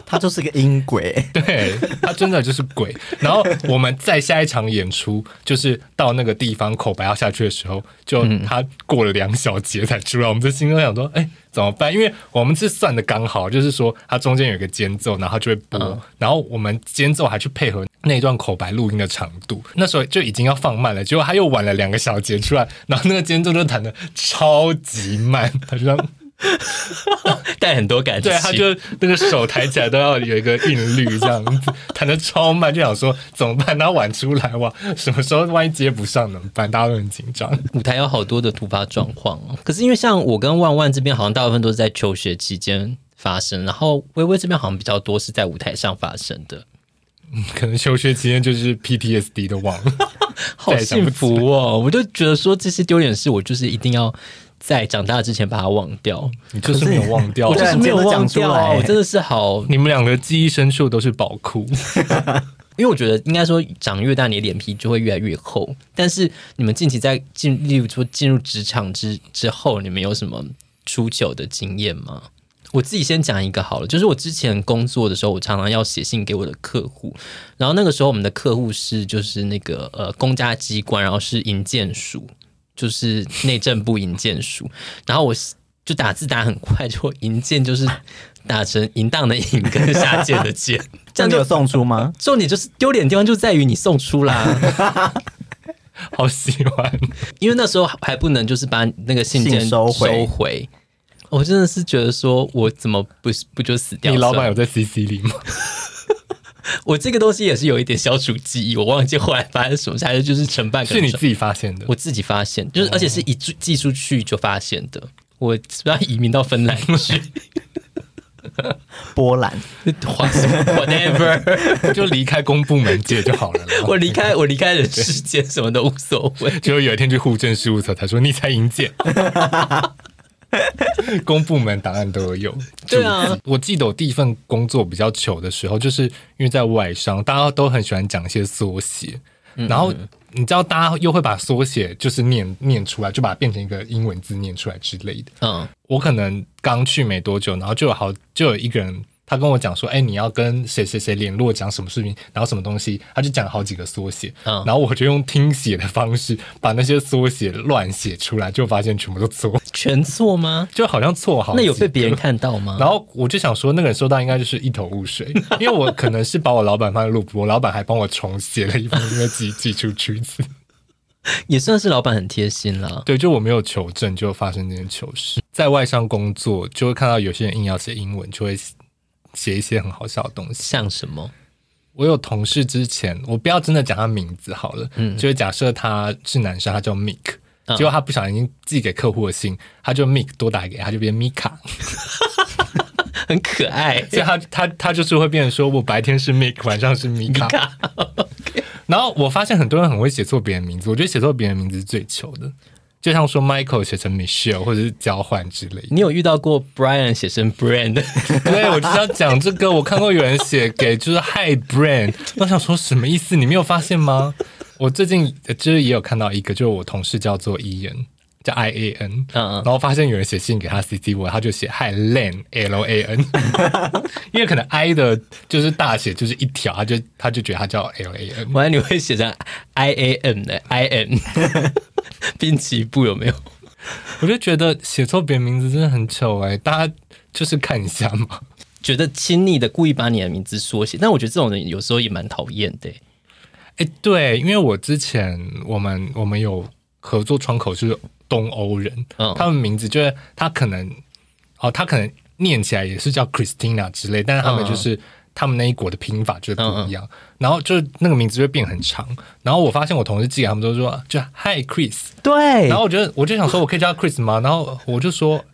他就是个音轨，对他真的就是鬼。然后我们在下一场演出，就是到那个地方口白要下去的时候，就他过了两小节才出来。我们就心中想说，哎、怎么办？因为我们是算的刚好，就是说它中间有一个间奏，然后它就会播，然后我们间奏还去配合那段口白录音的长度。那时候就已经要放慢了，结果他又晚了两个小节出来，然后那个间奏就弹的超级慢，他就这样。 带很多感情。对，啊他就那个手抬起来都要有一个韵律，这样子弹的超慢，就想说怎么办？他晚出来哇，什么时候万一接不上怎么办？大家都很紧张。 舞台有好多的突发状况哦。可是因为像我跟万万这边，好像大部分都是在求学期间发生，然后微微这边好像比较多是在舞台上发生的，可能休学期间就是 PTSD 都忘了，好幸福哦！我就觉得说这些丢脸事，我就是一定要在长大之前把它忘掉。你就是没有忘掉我可就是是没有忘掉对你真的讲出啊，来我真的是好，你们两个记忆深处都是宝库，因为我觉得应该说长越大，你的脸皮就会越来越厚。但是你们近期在进，例如说进入职场之之后，你们有什么出糗的经验吗？我自己先讲一个好了，就是我之前工作的时候，我常常要写信给我的客户，然后那个时候我们的客户是就是那个呃公家机关，然后是营建署，就是内政部营建署，然后我就打字打很快，就营建就是打成淫荡的淫跟下贱的贱，这这样样就有送出吗？重点就是丢脸的地方就在于你送出 啦，好喜 欢。因为那时候还不能就是把那个信件信收回回我真的是觉得说，我怎么不不就死掉？你老算板了，有在 CC 里吗？我这个东西也是有一点消除记忆，我忘记后来发生什么事，还是就是承办可是能你转自己哦发 现的我。自己发现，就是而且是一寄寄出去就发现的。我是不是要移民到芬兰 去波兰，花什么？Whatever，就离开公部门界就好了啦。我离开我离开人世间什么都无所谓。 结果有一天去户政事务所，他说你才银件。 公部门档案都有。对啊注记，我记得我第一份工作比较糗的时候，就是因为在外商，大家都很喜欢讲一些缩写，嗯然后你知道，大家又会把缩写就是念念出来，就把它变成一个英文字念出来之类的。嗯，我可能刚去没多久，然后就有好就有一个人，他跟我讲说，哎、你要跟谁谁谁联络，讲什么事情，然后什么东西，他就讲好几个缩写，嗯然后我就用听写的方式把那些缩写乱写出来，就发现全部都错，全错吗？就好像错好。那有被别人。看到吗？ 然后我就想说，那个人收到应该就是一头雾水，因为我可能是把我老板放在录播，我老板还帮我重写了一封，因为寄寄出去一次。也算是老板很贴心啦。对，就我没有求证，就发生这件糗事。在外商工作，就会看到有些人硬要写英文，就会写一些很好笑的东西。像什么？我有同事之前，我不要真的讲他名字好了，就是假设他是男生，他叫 Mick，、嗯结果他不小心寄给客户的信，他就 Mick 多打给他，就变 Mika，很可爱。所以他他他就是会变成说我白天是 Mick，晚上是 Mika。然后我发现很多人很会写错别人名字，我觉得写错别人名字是最糗的，就像说 Michael 写成 Michelle 或者是交换之类 的。你有遇到过 Brian 写成 Brand？对，我就是要讲这个。我看过有人写给就是 Hi Brand，我想说什么意思？你没有发现吗？我最近呃就是也有看到一个，就是我同事叫做 Ian，叫 I A N，嗯嗯然后发现有人写信给他 C C 我，他就写 Hi Lan L A N，因为可能 I 的就是大写就是一条，他就他就觉得他叫 L A N。我还以为你会写成 I A N 的 I N，滨崎步有没有？我就觉得写错别人名字真的很糗哎、大家就是看一下嘛。觉得亲昵的故意把你的名字缩写，但我觉得这种人有时候也蛮讨厌的欸。哎，对，因为我之前我们我们有合作窗口是东欧人，嗯他们名字就是他可能哦，他可能念起来也是叫 Christina 之类，但是他们嗯就是。他们那一国的拼法就是不一样，然后就是那个名字就会变很长。然后我发现我同事寄给他们都说就 Hi Chris，对然后我觉得我就想说我可以叫他 Chris 吗？然后我就说。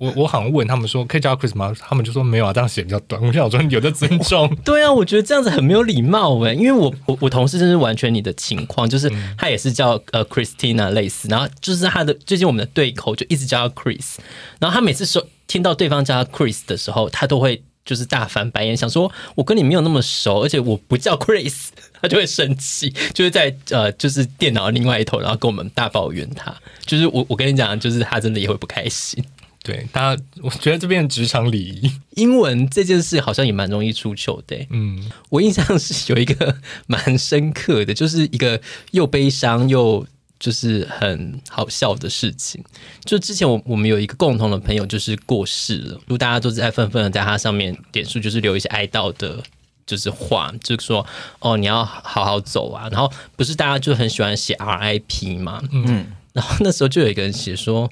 我我好像问他们说可以叫他 Chris 吗？他们就说没有啊，这样写比较短。我就想说有的尊 重，对啊，我觉得这样子很没有礼貌哎，因为我我我同事真是完全你的情况，就是他也是叫呃 Christina 类似，然后就是他的最近我们的对口就一直叫他 Chris，然后他每次说听到对方叫他 Chris 的时候，他都会就是大翻白眼，想说我跟你没有那么熟，而且我不叫 Chris，他就 会生气，就是在呃就是电脑另外一头，然后跟我们大抱怨他，就是我我跟你讲，就是他真的也会不开心。对大家，我觉得这边的职场礼仪，英文这件事好像也蛮容易出糗的、欸，嗯，我印象是有一个蛮深刻的，就是一个又悲伤又就是很好笑的事情。就之前我我们有一个共同的朋友就是过世了，如大家都是在纷纷的在他上面点数，就是留一些哀悼的。就是话，就是说，哦，你要好好走啊。然后不是大家就很喜欢写 RIP 嘛，嗯。然后 那时候就有一个人写说，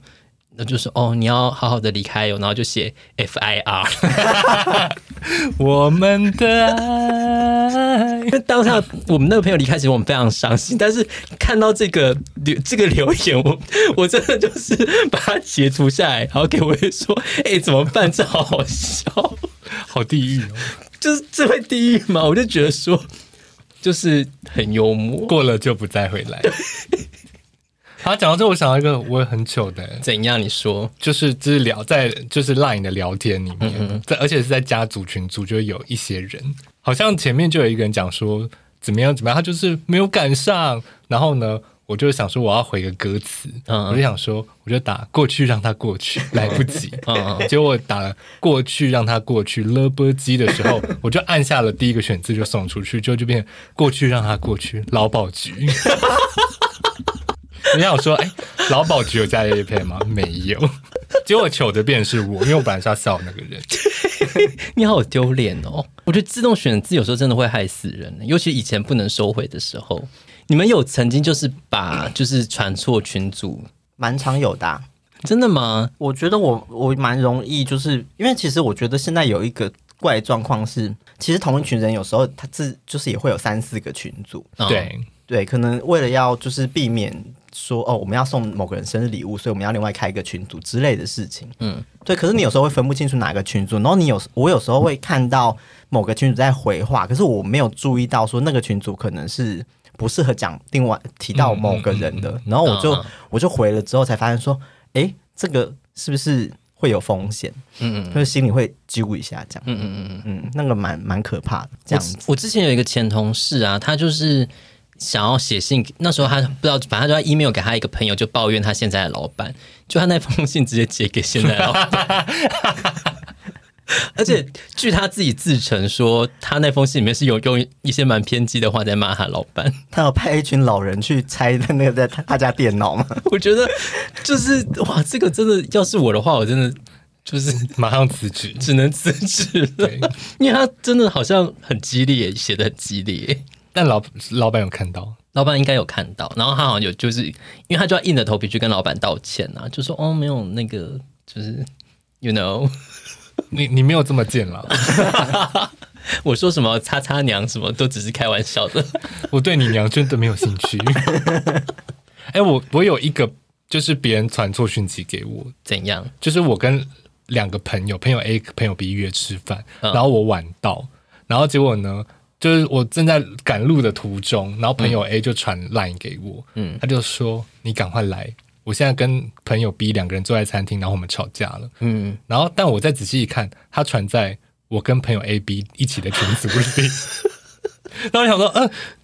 那就是哦，你要好好的离开哦。然后就写 FIR，我们的爱 因为当下我们那个朋友离开，其实我们非常伤心。但是看到这个留这个留言，我我真的就是把它截图下来，然后给我说：“哎、怎么办？这好好笑， 好地狱哦。就是这会地狱吗？”我就觉得说，就是很幽默。过了就不再回 来。好，讲到这，我想到一个我也很糗的、怎样？你说？就是就是聊在就是 Line 的聊天里面，嗯在而且是在家族群组，就有一些人，好像前面就有一个人讲说怎么样怎么样，他就是没有赶上，然后呢。我就想说我要回个歌词，嗯我就想说我就打过去让他过去，来不及。 嗯结果我打了过去让他过去了不鸡的 时候，我就按下了第一个选字就送出去，就就变成过去让他过去劳 保局。你想说，哎、劳保局有加叶配吗？没有。结果糗的变成是我，因为我本来是要笑那个人。你好丢脸哦！我觉得自动选字有时候真的会害死人，尤其以前不能收回的时候。你们有曾经就是把就是传错群组，蛮常有的啊、真的吗？我觉得我我蛮容易，就是因为其实我觉得现在有一个怪状况是，其实同一群人有时候他自就是也会有三四个群组，嗯，对，对，可能为了要就是避免说哦我们要送某个人生日礼物，所以我们要另外开一个群组之类的事情。嗯嗯，对。可是你有时候会分不清楚哪个群组，然后你有我有时候会看到某个群组在回话，可是我没有注意到说那个群组可能是。不适合讲另外提到某个人的，然后我就、嗯嗯我就回了之后才发现说，诶，这个是不是会有风险？嗯嗯。就是心里会揪一下这样，嗯嗯嗯，嗯，那个蛮蛮可怕的这我样之子。我之前有一个前同事啊，他就是想要写信给，那时候他不知道，反正他就在 email 给他一个朋友，就抱怨他现在的老板，就他那封信直接截给现在的老板。 而且据他自己自称说，他那封信里面是有用一些蛮偏激的话在骂他老板。他有派一群老人去拆那个在他他家电脑吗？我觉得就是哇，这个真的要是我的话，我真的就是马上辞职。只能辞职了对，因为他真的好像很激烈，写的很激烈。但老老板有看到，老板应该有看到，然后他好像有就是，因为他就要硬着头皮去跟老板道歉啊，就说哦没有那个就是，you know， 你你没有这么贱了，我说什么擦擦娘什么都只是开玩笑的，我对你娘真的没有兴趣。 哎、我我有一个就是别人传错讯息给我，怎样？就是我跟两个朋友，朋友 A、朋友 B 约吃饭，嗯然后我晚到，然后结果呢，就是我正在赶路的途中，然后朋友 A 就传 line 给我，嗯他就说你赶快来，我现在跟朋友 B 两个人坐在餐厅，然后我们吵架了，嗯，然后但我再仔细一看，他传在我跟朋友 A、B 一起的群组 里。然后我想说，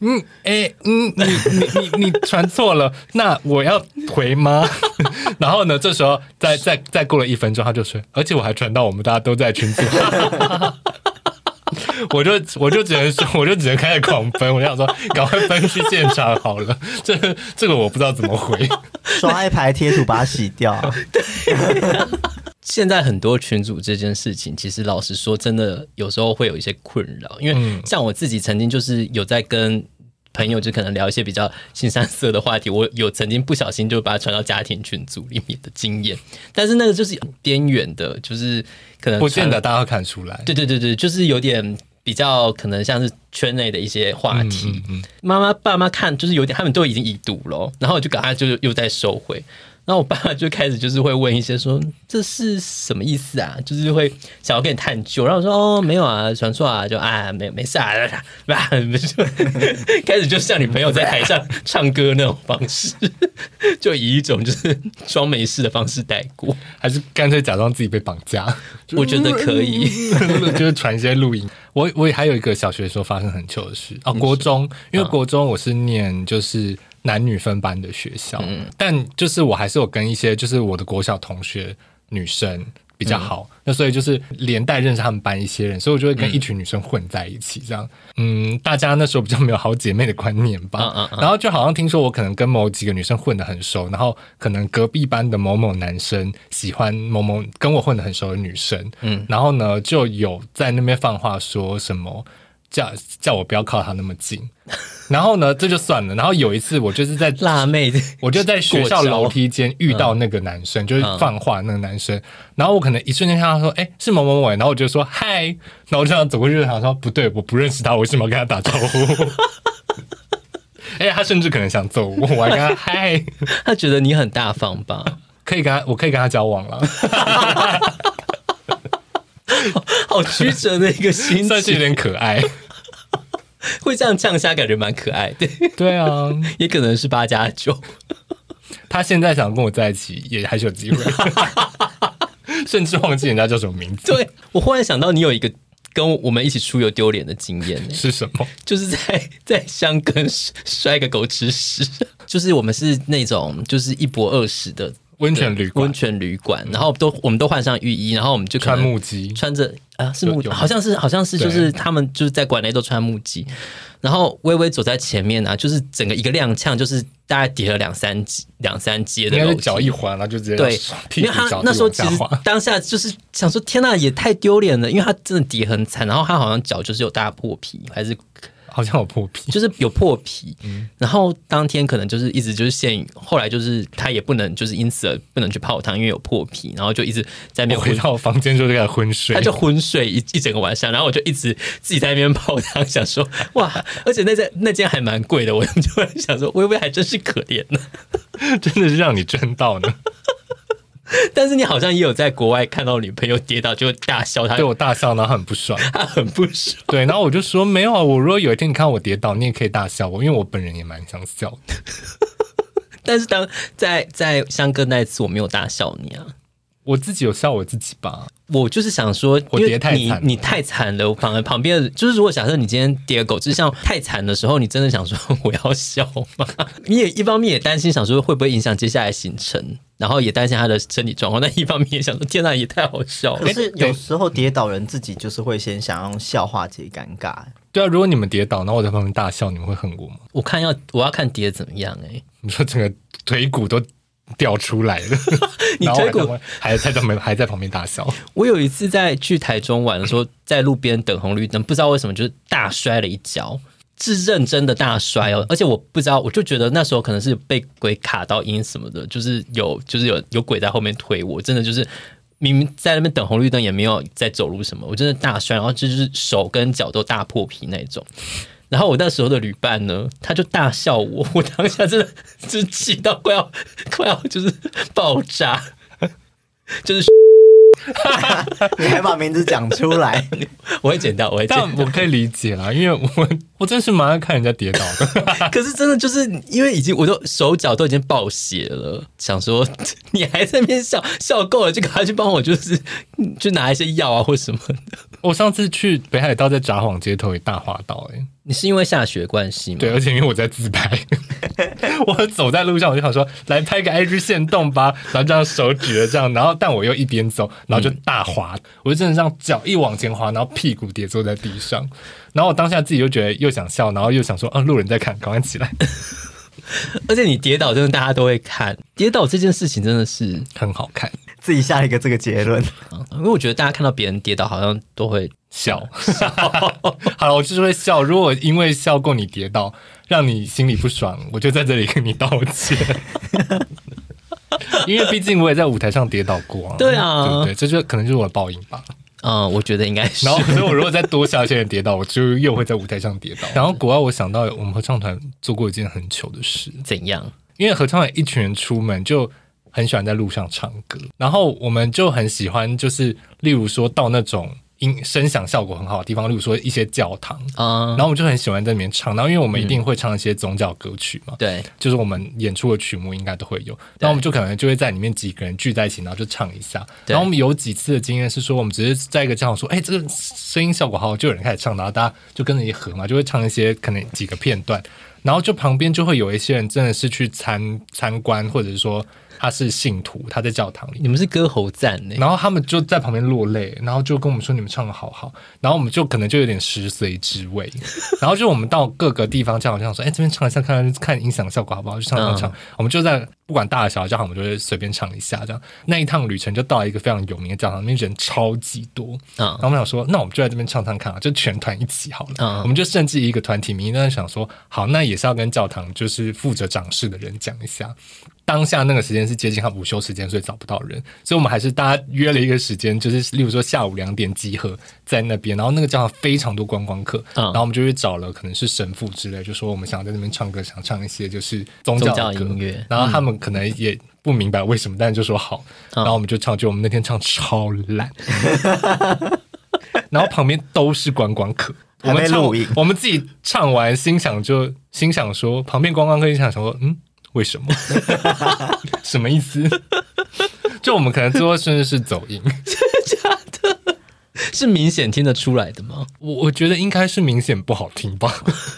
嗯嗯，哎、嗯，你你你你传错了，那我要回吗？然后呢，这时候再再再过了一分钟，他就说，而且我还传到我们大家都在群组。 我就我就只能说，我就只能开始狂奔。我就想说，赶快奔去现场好了。这这个我不知道怎么回。 刷一排贴图把它洗掉、啊，现在很多群主这件事情，其实老实说，真的有时候会有一些困扰，因为嗯像我自己曾经就是有在跟。朋友就可能聊一些比较新三色的话题，我有曾经不小心就把它传到家庭群组里面的经验，但是那个就是边缘的，就是可能不见传得大家会看出来。对对对对，就是有点比较可能像是圈内的一些话题，嗯嗯妈妈爸妈看就是有点，他们都已经已读了，然后我就赶快就又再收回。然后我爸爸就开始就是会问一些说这是什么意思啊，就是会想要跟你探究。然后我说哦没有啊，传错啊，就啊没没事啊， 吧，就开始就像你朋友在台上 唱歌那种方式， 就以一种就是装没事的方式带过。还是干脆假装自己被绑架。 我觉得可以， 就是传一些录影。我我也还有一个小学的时候发生很糗的事哦，国中，因嗯为国中我是念就是男女分班的学校，嗯但就是我还是有跟一些就是我的国小同学女生。比较嗯好，那所以就是连带认识他们班一些人，所以我就会跟一群女生混在一起，这样，嗯，大家那时候比较没有好姐妹的观念吧，嗯嗯然后就好像听说我可能跟某几个女生混得很熟，然后可能隔壁班的某某男生喜欢某某跟我混得很熟的女生，嗯然后呢，就有在那边放话说什么叫叫我不要靠他那么近，然后呢，这就算了。然后有一次，我就是在 辣妹，我就在学校楼梯间遇到那个男生，就是放话那个男生，然后我可能一瞬间看到他说，哎、是某某某，然后我就说嗨，然后我就想走过去，想说不对，我不认识他，我为什么要跟他打招呼？哎、他甚至可能想揍我，我还跟他嗨，他觉得你很大方吧？可以跟他，我可以跟他交往了，好曲折的一个 心算是有情，点可爱。会这样呛虾，感觉蛮可爱的，对啊， 也可能是八加九。他现在想跟我在一起，也还是有机会，甚至忘记人家叫什么名 字对我忽然想到，你有一个跟我们一起出游丢脸的经验、 呢，是什么。就是在在香根摔个狗吃屎，就是我们是那种就是一博二十的温泉旅温馆泉旅馆，然后都我们都换上浴衣，然后我们就可穿能木屐，穿着啊，是木有有好像是好像是对就是他们就是在馆内都穿木屐，然后微微走在前面啊，就是整个一个踉跄，就是大概跌了两三级两三阶应的该楼是梯，脚一滑，然后就直接对，屁因为股他着地那时候往其下实滑。当下就是想说，天呐，也太丢脸了，因为他真的跌很惨，然后他好像脚就是有大破皮，还是好像有破 皮，就是有破皮，然后当天可能就是一直就是现影，后来就是他也不能就是因此而不能去泡汤，因为有破皮，然后就一直在那我边回昏，到我房间之后就开始昏睡他。就昏睡一一整个晚上，然后我就一直自己在那边泡汤，想说哇，而且那间那间还蛮贵的，我就会想说微微还真是可怜呢， 真的是让你震到呢！但是你好像也有在国外看到女朋友跌倒就大笑， 他对我大笑，然后很 不爽。他很不爽。对，然后我就说没有啊，我如果有一天你看我跌倒，你也可以大笑我，因为我本人也蛮想笑的。但是当在在香哥那一次，我没有大笑你啊，我自己有笑我自己吧，我就是想说，我因跌为太你惨了你太惨了，我反而旁边的就是，如果假设你今天跌个狗吃像嗯太惨的时候，你真的想说 我要笑吗？ 你也一方面也担心，想说会不会影响接下来行程，然后也担心他的身体状况，但一方面也想说，天哪，也太好笑了 可。是有时候跌倒人自己就是会先想用笑话解尴尬， 对啊，如果你们跌倒，然后我在旁边大笑，你们会恨我吗？ 我看要我要看跌怎么样哎、欸你说整个腿骨都掉出来了， 你然后腿骨还在旁边还在旁边还在旁边 大笑，我有一次在去台中玩的时候，在路边等红绿灯，不知道为什么就是大摔了一跤，是认真的大摔哦。而且我不知道，我就觉得那时候可能是被鬼卡到音什么的，就是有就是有有鬼在后面推我，真的就是明明在那边等红绿灯也没有在走路什么，我真的大摔，然后就是手跟脚都大破皮那种。然后我那时候的旅伴呢，他就大笑我，我当下真的 就是气到快要快要就是爆炸。你还把名字讲出 来，我会剪掉，我会剪掉。但我可以理解啦，因为我我真是蛮爱看人家跌倒的。 可是真的就是因为已经我都手脚都已经爆血了，想说你还在那边笑笑够了，就赶快去帮我，就是 就拿一些药啊或什么的。我上次去北海道，在札幌街头也大滑倒、欸，你是因为下雪关系吗？ 对，，而且因为我在自拍， 我走在路上我就想说来拍个 IG 线动吧，然后这样手举着这样，然后但我又一边走，然后就大滑，我就真的这样脚一往前滑，然后屁股跌坐在地上，然后我当下自己就觉得又想笑，然后又想说，啊，路人在看，赶快起来，而且你跌倒真的大家都会看，跌倒这件事情真的是，很好看，自己下了一个这个结论。啊因为我觉得大家看到别人跌倒好像都会笑。 好了，我就是会笑。如果因为笑过你跌倒，让你心里不爽，我就在这里跟你道 歉。因为毕竟我也在舞台上跌倒过、啊，对啊啊对不对？这就可能就是我的报应吧。嗯，我觉得应该是然。后，所以我如果再多下一些人跌倒，我就又会在舞台上跌倒。然后，国外我想到我们合唱团做过一件很糗的事，怎样？因为合唱团一群人出门就很喜欢在路上唱歌，然后我们就很喜欢，就是例如说到那种音声响效果很好的地方，例如说一些教堂，嗯然，后我们就很喜欢在里面唱。然后，因为我们一定会唱一些宗教歌曲嘛，对，就是我们演出的曲目应该都会有，然后我们就可能就会在里面几个人聚在一起，然后就唱一下。对然后我们有几次的经验是说，我们只是在一个教堂说，哎，这个声音效果好好，就有人开始唱，然后大家就跟着一合嘛，就会唱一些可能几个片段，然后就旁边就会有一些人真的是去参参观，或者是说他是信徒，他在教堂里。你们是歌喉赞 呢？然后他们就在旁边落泪，然后就跟我们说你们唱的好好，然后我们就可能就有点食髓知味，然后就我们到各个地方这样好像说，哎，这边唱一下看看看音响效果好不好，就唱唱唱，我们就在不管大的小的教堂，我们就会随便唱一下这样。那一趟旅程就到了一个非常有名的教堂，那边人超级多，嗯然后我们想说，那我们就在这边唱唱看啊，就全团一起好了。嗯我们就甚至以一个团体名义，那想说，好，那也是要跟教堂就是负责掌事的人讲一下。当下那个时间是接近他午休时间，所以找不到人，所以我们还是大家约了一个时间，就是例如说下午两点集合在那边，然后那个教堂非常多观光客，嗯然后我们就去找了可能是神父之类，就说我们想要在那边唱歌，想唱一些就是宗宗教教的歌音乐然后他们可能也不明白为什么，但是就说好，嗯然后我们就唱，就我们那天唱超烂，然后旁边都是观光客，我 还们被唱录影我们自己唱完，心想就心想说，旁边观光客心想说，嗯，为 什么？什么意思？ 就我们可能最后甚至是走音，是明显听得出来的吗？我我觉得应该是明显不好听吧。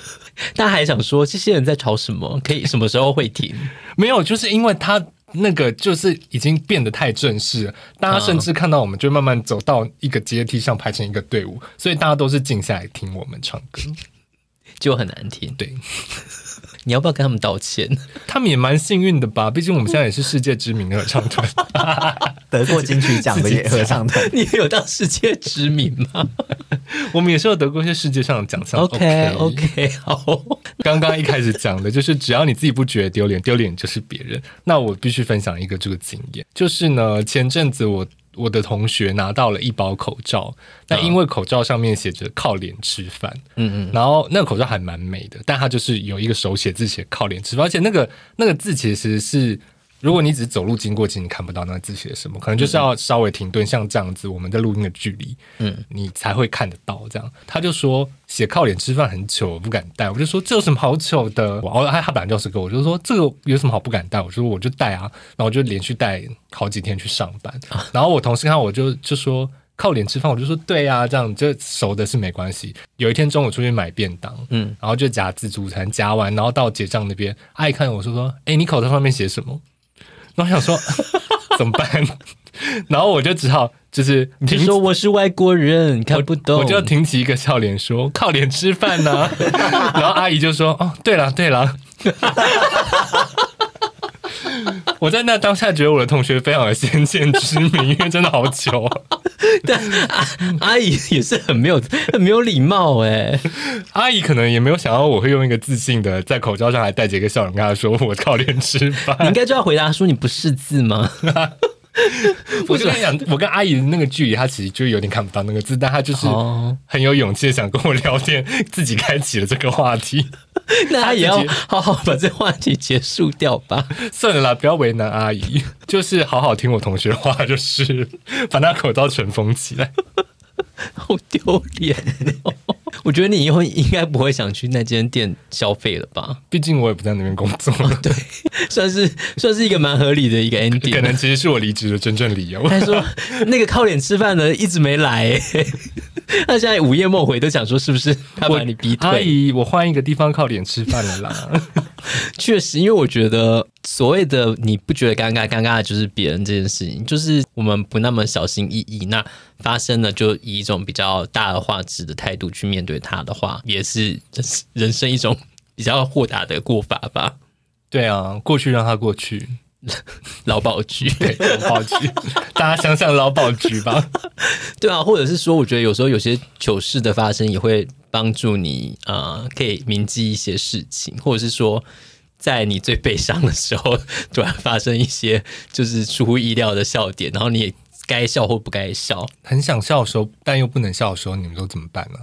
大家还想说这些人在吵什么？可以什么时候会停？没有，就是因为他那个就是已经变得太正式了，大家甚至看到我们就慢慢走到一个阶梯上排成一个队伍，所以大家都是静下来听我们唱歌。就很难听。对你要不要跟他们道歉？他们也蛮幸运的吧，毕竟我们现在也是世界知名的合唱团。得过金曲奖的也合唱团， 你有当世界知名吗我们也是有得过一些世界上的奖 项。？OK OK，好，刚刚一开始讲的就是，只要你自己不觉得丢脸，丢脸就是别人。那我必须分享一个这个经验，就是呢，前阵子我我的同学拿到了一包口罩，那因为口罩上面写着“靠脸吃饭”，嗯嗯，然后那个口罩还蛮美的，但它就是有一个手写字写“靠脸吃饭”，而且那个那个字其实是。如果你只是走路经过，其实你看不到那个字写什么，可能就是要稍微停顿，像这样子，我们在录音的距离，嗯，你才会看得到。这样，他就说写靠脸吃饭很糗，我不敢带。我就说这有什么好糗的？然后他他本来就是个，我就说这个有什么好不敢带？我说我就带啊，然后我就连续带好几天去上 班。然后我同事看我就就说靠脸吃饭，我就说对啊，这样这熟的是没关系。有一天中午出去买便当，嗯，然后就夹自助餐，夹完然后到结账那边，他一看我说说，哎，你口罩上面写什么？然后我想说 怎么办？ 然后我就只好就是你停说我是外国人，看不懂，我就挺起一个笑脸说：“靠脸吃饭呐、 然后阿姨就说：“哦，对了对了。” 我在那当下觉得我的同学非常的先见之明，因为真的好糗。啊阿 姨也是很没有 很没有礼貌 哎、阿姨可能也没有想到我会用一个自信的在口罩上还带着一个笑容跟她说：“我靠脸吃你饭。应该就要回答说你不识字 吗？” 我就跟你讲，我跟阿姨那个距离，她其实就有点看不到那个字，但她就是哦很有勇气的想跟我聊天，自己开启了这个话题。 那他也要她自己好好把这话题结束掉吧。 算了啦，不要为难阿姨，就是好好听我同学话，就是 把那口罩尘封起来。好丢脸、哦！ 我觉得你以后应该不会想去那间店消费了吧？毕竟我也不在那边工作了，哦对，算是算是一个蛮合理的一个 ending。可能其实是我离职的真正理由。 他说那个靠脸吃饭的一直没来、欸， 他现在午夜梦回都想说是不是他把你逼阿退？姨，我换一个地方靠脸吃饭了啦。 确实，因为我觉得所谓的你不觉得尴尬，尴尬的就是别人这件事情，就是我们不那么小心翼翼，那发生了就以一种比较大而化之的态度去面对它的话，也是人人生一种比较豁达的过法吧。对啊，过去让它过去，劳保局，对，劳 保局，大家想想劳保局吧。对啊，或者是说，我觉得有时候有些糗事的发生也会帮助你，呃，可以铭记一些事情，或者是说，在你最悲伤的时候，突然发生一些就是出乎意料的笑点，然后你也该笑或不该笑，很想笑的时候，但又不能笑的时候，你们都怎么办啊呢？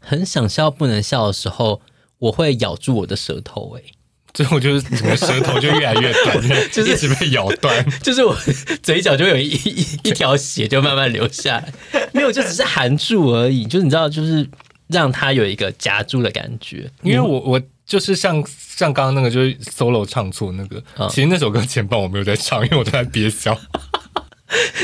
很想笑不能笑的时候，我会咬住我的舌头、欸， 最后就是整个舌头就越来越 短，就是一直被咬断。就是我嘴角就有一一一条血就慢慢流下来，没有，就只是含住而已，就是你知道，就是让它有一个夹住的感觉。 因为我我就是像像刚刚那个就是 solo 唱错那个，嗯其实那首歌前半我没有在唱，因为我都在憋 笑。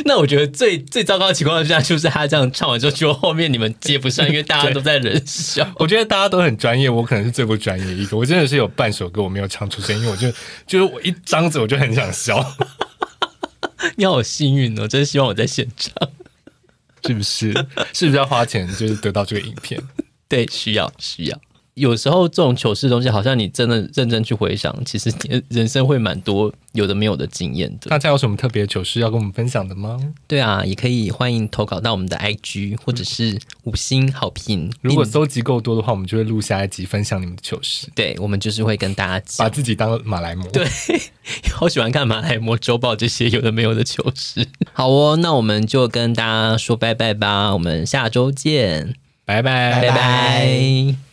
那我觉得最最糟糕的情况下，就是他这样唱完之后，结果后面你们接不上，因为大家都在忍笑。 我觉得大家都很专业，我可能是最不专业一个。我真的是有半首歌我没有唱出声音，因为我就就是我一张嘴我就很想笑，你好幸运哦，真希望我在现场。 是不是？是不是要花钱就是得到这个影片？ 对，需要需要。有时候这种糗事的东西，好像你真的认真去回想，其实你人生会蛮多有的没有的经验的。大家有什么特别的糗事要跟我们分享的吗？ 对啊，也可以欢迎投稿到我们的 IG 或者是五星好评。如果并搜集够多的话，我们就会录下一集分享你们的糗事，对我们就是会跟大家讲把，自己当马来貘。对，好喜欢看马来貘周报这些有的没有的糗事。 好哦，那我们就跟大家说拜拜吧，我们下周见，拜拜拜拜